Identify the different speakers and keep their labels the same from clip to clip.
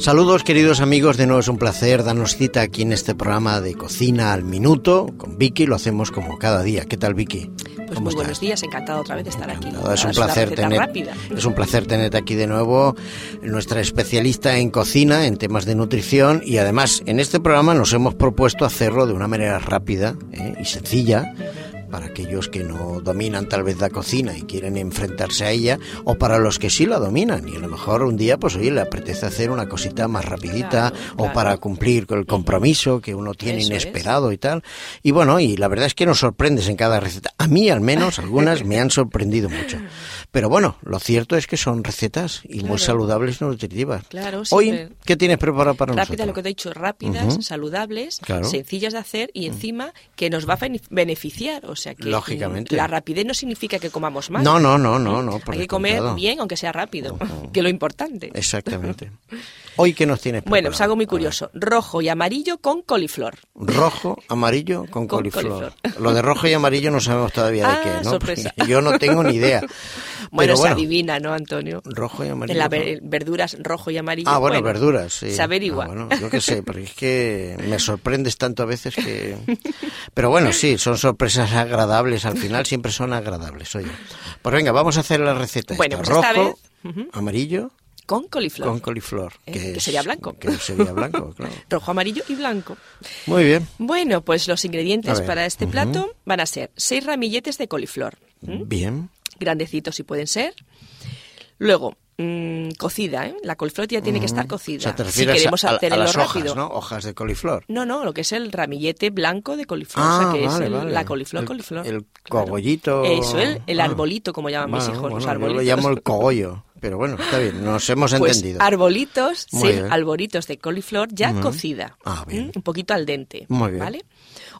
Speaker 1: Saludos queridos amigos, de nuevo es un placer darnos cita aquí en este programa de Cocina al Minuto con Vicky, lo hacemos como cada día. ¿Qué tal Vicky?
Speaker 2: Pues muy buenos días, encantada otra vez de estar aquí.
Speaker 1: Encantado. Es un, placer tener,
Speaker 2: rápida.
Speaker 1: es un placer tenerte aquí de nuevo, nuestra especialista en cocina, en temas de nutrición y además en este programa nos hemos propuesto hacerlo de una manera rápida ¿eh? y sencilla para aquellos que no dominan tal vez la cocina y quieren enfrentarse a ella, o para los que sí la dominan y a lo mejor un día, pues oye, le apetece hacer una cosita más rapidita
Speaker 2: Claro,
Speaker 1: o
Speaker 2: claro.
Speaker 1: para cumplir con el compromiso que uno tiene
Speaker 2: Eso es.
Speaker 1: inesperado y tal. Y bueno, y la verdad es que nos sorprendes en cada receta. A mí al menos algunas me han sorprendido mucho. Pero bueno, lo cierto es que son recetas y muy
Speaker 2: Claro.
Speaker 1: saludables y nutritivas.
Speaker 2: Claro,
Speaker 1: Hoy,
Speaker 2: siempre.
Speaker 1: ¿qué tienes preparado para
Speaker 2: Rápida,
Speaker 1: nosotros?
Speaker 2: lo que te he dicho, rápidas,
Speaker 1: Ujú.
Speaker 2: saludables,
Speaker 1: Claro. Mm.
Speaker 2: sencillas de hacer y encima que nos va a bene- beneficiar. O sea que
Speaker 1: Lógicamente.
Speaker 2: mm, la rapidez no significa que comamos mal.
Speaker 1: No, no, no, no, no. por
Speaker 2: Hay
Speaker 1: el
Speaker 2: que comer
Speaker 1: contrario.
Speaker 2: bien, aunque sea rápido,
Speaker 1: Ujú.
Speaker 2: que lo importante.
Speaker 1: Exactamente. Hoy, ¿qué nos tienes preparado?
Speaker 2: Bueno, pues es algo muy
Speaker 1: A ver.
Speaker 2: curioso. Rojo y amarillo con coliflor.
Speaker 1: Rojo, amarillo con,
Speaker 2: Con
Speaker 1: coliflor.
Speaker 2: coliflor.
Speaker 1: Lo de rojo y amarillo no sabemos todavía de
Speaker 2: Ah,
Speaker 1: qué, ¿no?
Speaker 2: sorpresa.
Speaker 1: Porque Yo no tengo ni idea.
Speaker 2: Bueno,
Speaker 1: Pero
Speaker 2: se
Speaker 1: bueno,
Speaker 2: adivina, ¿no, Antonio?
Speaker 1: rojo y
Speaker 2: En
Speaker 1: amarillo.
Speaker 2: las
Speaker 1: con-
Speaker 2: verduras rojo y amarillo.
Speaker 1: Ah, bueno, verduras, sí.
Speaker 2: Se averigua.
Speaker 1: Ah, bueno, yo qué sé, porque es que me sorprendes tanto a veces que... Pero bueno, sí, son sorpresas agradables al final, siempre son agradables, oye. Pues venga, vamos a hacer la receta.
Speaker 2: Bueno,
Speaker 1: esta.
Speaker 2: pues esta
Speaker 1: rojo,
Speaker 2: vez- Ujú.
Speaker 1: amarillo
Speaker 2: Con coliflor.
Speaker 1: con coliflor.
Speaker 2: Eh, que sería blanco.
Speaker 1: Que sería blanco, claro.
Speaker 2: Rojo, amarillo y blanco.
Speaker 1: Muy bien,
Speaker 2: Bueno, pues los
Speaker 1: A
Speaker 2: ingredientes
Speaker 1: ver,
Speaker 2: para este
Speaker 1: ujú.
Speaker 2: plato van a ser seis ramilletes de coliflor,
Speaker 1: bien.
Speaker 2: grandecitos si pueden ser. Luego, mm, cocida, ¿eh? La coliflor ya tiene que estar
Speaker 1: O
Speaker 2: cocida.
Speaker 1: sea, te
Speaker 2: si
Speaker 1: refieres
Speaker 2: queremos
Speaker 1: a, a- a
Speaker 2: hacerlo
Speaker 1: las
Speaker 2: rápido.
Speaker 1: hojas, ¿no? Hojas de coliflor. Ah,
Speaker 2: no, no, lo que es el ramillete blanco de coliflor, o sea, que es el- la coliflor,
Speaker 1: El-
Speaker 2: coliflor.
Speaker 1: El
Speaker 2: Claro.
Speaker 1: cogollito.
Speaker 2: Eso, el, el
Speaker 1: Ah.
Speaker 2: arbolito, como llaman mis
Speaker 1: Bueno,
Speaker 2: hijos, los
Speaker 1: bueno,
Speaker 2: arbolitos.
Speaker 1: Yo lo llamo el cogollo, pero bueno, está bien, nos hemos
Speaker 2: Pues
Speaker 1: entendido.
Speaker 2: arbolitos,
Speaker 1: Muy
Speaker 2: seis
Speaker 1: bien.
Speaker 2: arbolitos de coliflor ya cocida.
Speaker 1: Ah, bien.
Speaker 2: ¿m? Un poquito al dente.
Speaker 1: Muy bien.
Speaker 2: ¿Vale?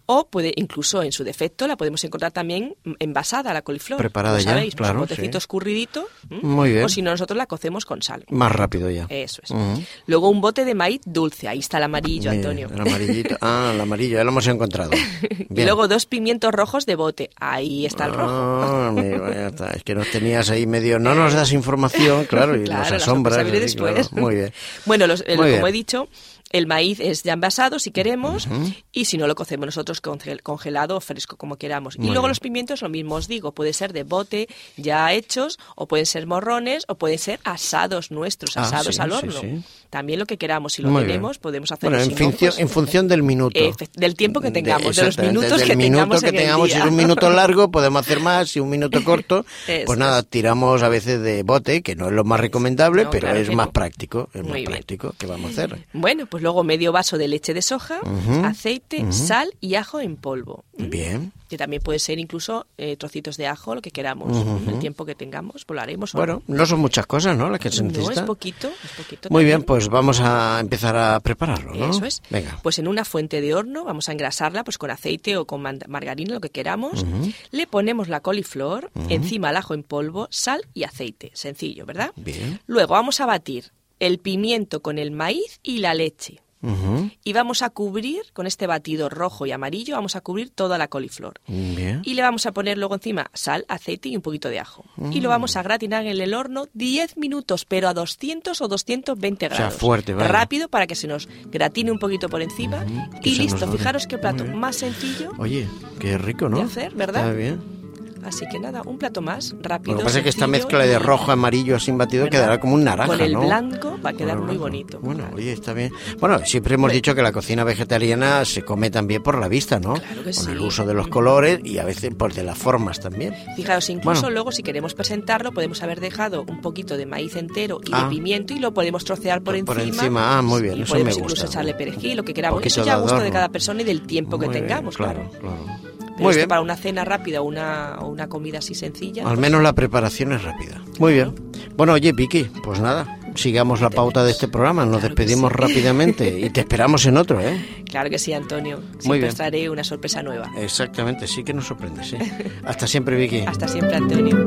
Speaker 2: O puede, incluso en su defecto, la podemos encontrar también mm, envasada la coliflor.
Speaker 1: Preparada
Speaker 2: como
Speaker 1: ya,
Speaker 2: sabéis, pues
Speaker 1: claro,
Speaker 2: un botecito
Speaker 1: sí.
Speaker 2: escurridito. ¿m?
Speaker 1: Muy bien.
Speaker 2: O si no, nosotros la cocemos con sal.
Speaker 1: Más rápido ya.
Speaker 2: Eso es.
Speaker 1: Ujú.
Speaker 2: Luego un bote de maíz dulce. Ahí está el amarillo,
Speaker 1: Bien,
Speaker 2: Antonio.
Speaker 1: El amarillito. Ah, el amarillo, ya lo hemos encontrado.
Speaker 2: Y
Speaker 1: Bien.
Speaker 2: luego dos pimientos rojos de bote. Ahí está el rojo.
Speaker 1: Ah, amigo, ya está. Es que nos tenías ahí medio. No nos das información, claro, y
Speaker 2: Claro,
Speaker 1: nos
Speaker 2: las
Speaker 1: asombras.
Speaker 2: sorpresas vienen
Speaker 1: así, claro.
Speaker 2: después.
Speaker 1: Muy bien.
Speaker 2: Bueno, los- el-
Speaker 1: Muy bien.
Speaker 2: como he dicho, el maíz es ya envasado si queremos y si no lo cocemos nosotros conge- congelado o fresco como queramos.
Speaker 1: Muy
Speaker 2: y luego
Speaker 1: bien.
Speaker 2: los pimientos, lo mismo os digo, puede ser de bote ya hechos o pueden ser morrones o pueden ser asados nuestros,
Speaker 1: Ah,
Speaker 2: asados
Speaker 1: sí,
Speaker 2: al
Speaker 1: sí,
Speaker 2: horno.
Speaker 1: sí.
Speaker 2: También lo que queramos, si lo
Speaker 1: Muy
Speaker 2: tenemos,
Speaker 1: bien.
Speaker 2: podemos hacerlo.
Speaker 1: Bueno, en,
Speaker 2: si no,
Speaker 1: función,
Speaker 2: pues,
Speaker 1: en función del minuto.
Speaker 2: Efe- del tiempo que tengamos, de los
Speaker 1: exactamente,
Speaker 2: minutos
Speaker 1: del
Speaker 2: que
Speaker 1: minuto
Speaker 2: tengamos
Speaker 1: que
Speaker 2: en el
Speaker 1: tengamos. Si
Speaker 2: día.
Speaker 1: es un minuto largo, podemos hacer más. Si un minuto corto, pues
Speaker 2: Eso
Speaker 1: nada,
Speaker 2: es.
Speaker 1: tiramos a veces de bote, que no es lo más recomendable,
Speaker 2: No,
Speaker 1: pero
Speaker 2: claro
Speaker 1: es
Speaker 2: que
Speaker 1: más
Speaker 2: no.
Speaker 1: práctico. Es
Speaker 2: Muy
Speaker 1: más
Speaker 2: bien.
Speaker 1: práctico. ¿Qué vamos a hacer?
Speaker 2: Bueno, pues luego medio vaso de leche de soja,
Speaker 1: Ujú,
Speaker 2: aceite,
Speaker 1: ujú.
Speaker 2: sal y ajo en polvo.
Speaker 1: Bien.
Speaker 2: que también puede ser incluso eh, trocitos de ajo, lo que queramos,
Speaker 1: Ujú.
Speaker 2: el tiempo que tengamos, pues lo haremos. o
Speaker 1: Bueno,
Speaker 2: no.
Speaker 1: no son muchas cosas, ¿no? Las que se
Speaker 2: no es
Speaker 1: necesitan.
Speaker 2: poquito, es poquito.
Speaker 1: Muy
Speaker 2: también.
Speaker 1: bien, pues vamos a empezar a prepararlo, ¿no?
Speaker 2: Eso es.
Speaker 1: Venga.
Speaker 2: Pues en una fuente de horno vamos a engrasarla pues con aceite o con mand- margarina, lo que queramos. Le ponemos la coliflor, encima el ajo en polvo, sal y aceite. Sencillo, ¿verdad?
Speaker 1: Bien.
Speaker 2: Luego vamos a batir el pimiento con el maíz y la leche.
Speaker 1: Ujú,
Speaker 2: Y vamos a cubrir, con este batido rojo y amarillo, vamos a cubrir toda la coliflor.
Speaker 1: Bien.
Speaker 2: Y le vamos a poner luego encima sal, aceite y un poquito de ajo. Y lo vamos a gratinar en el horno 10 minutos, pero a 200 o 220
Speaker 1: sea,
Speaker 2: grados.
Speaker 1: fuerte, vale.
Speaker 2: Rápido para que se nos gratine un poquito por encima.
Speaker 1: Ujú, que
Speaker 2: Y
Speaker 1: se nos
Speaker 2: listo,
Speaker 1: dore.
Speaker 2: fijaros qué plato
Speaker 1: Muy bien.
Speaker 2: más sencillo.
Speaker 1: Oye, qué rico, ¿no?
Speaker 2: De hacer, ¿verdad?
Speaker 1: Está bien.
Speaker 2: Así que nada, un plato más
Speaker 1: Lo
Speaker 2: rápido.
Speaker 1: que pasa es que esta
Speaker 2: sencillo
Speaker 1: mezcla de
Speaker 2: y-
Speaker 1: rojo, amarillo, así batido
Speaker 2: ¿verdad?
Speaker 1: quedará como un naranja,
Speaker 2: Con el
Speaker 1: ¿no?
Speaker 2: blanco va a quedar
Speaker 1: Bueno,
Speaker 2: muy
Speaker 1: bueno.
Speaker 2: bonito. Pues
Speaker 1: Bueno,
Speaker 2: Vale.
Speaker 1: oye, está bien. Bueno, siempre hemos
Speaker 2: Bueno.
Speaker 1: dicho que la cocina vegetariana se come también por la vista, ¿no?
Speaker 2: Claro que
Speaker 1: Con
Speaker 2: sí.
Speaker 1: el uso de los colores y a veces por de las formas también.
Speaker 2: Fijaros, incluso
Speaker 1: Bueno.
Speaker 2: luego si queremos presentarlo podemos haber dejado un poquito de maíz entero y
Speaker 1: Ah.
Speaker 2: de pimiento y lo podemos trocear por encima.
Speaker 1: Por encima, ah, muy bien,
Speaker 2: y
Speaker 1: eso
Speaker 2: podemos
Speaker 1: me
Speaker 2: incluso
Speaker 1: gusta.
Speaker 2: echarle perejil, lo que queramos.
Speaker 1: Poquito
Speaker 2: Eso ya
Speaker 1: de
Speaker 2: gusta de
Speaker 1: adorno.
Speaker 2: cada persona y del tiempo que
Speaker 1: Muy bien,
Speaker 2: tengamos, claro.
Speaker 1: claro.
Speaker 2: Pero
Speaker 1: Muy
Speaker 2: esto
Speaker 1: bien.
Speaker 2: para pues una cena rápida o una, o una comida así sencilla.
Speaker 1: Al menos la preparación es rápida. Muy bien. Bueno, oye, Vicky, pues nada, sigamos la pauta de este programa. Nos
Speaker 2: Claro que
Speaker 1: despedimos
Speaker 2: sí.
Speaker 1: rápidamente y te esperamos en otro, ¿eh?
Speaker 2: Claro que sí, Antonio. Siempre
Speaker 1: Muy bien.
Speaker 2: os traeré una sorpresa nueva.
Speaker 1: Exactamente, sí que nos sorprende, sí. Hasta siempre, Vicky.
Speaker 2: Hasta siempre, Antonio.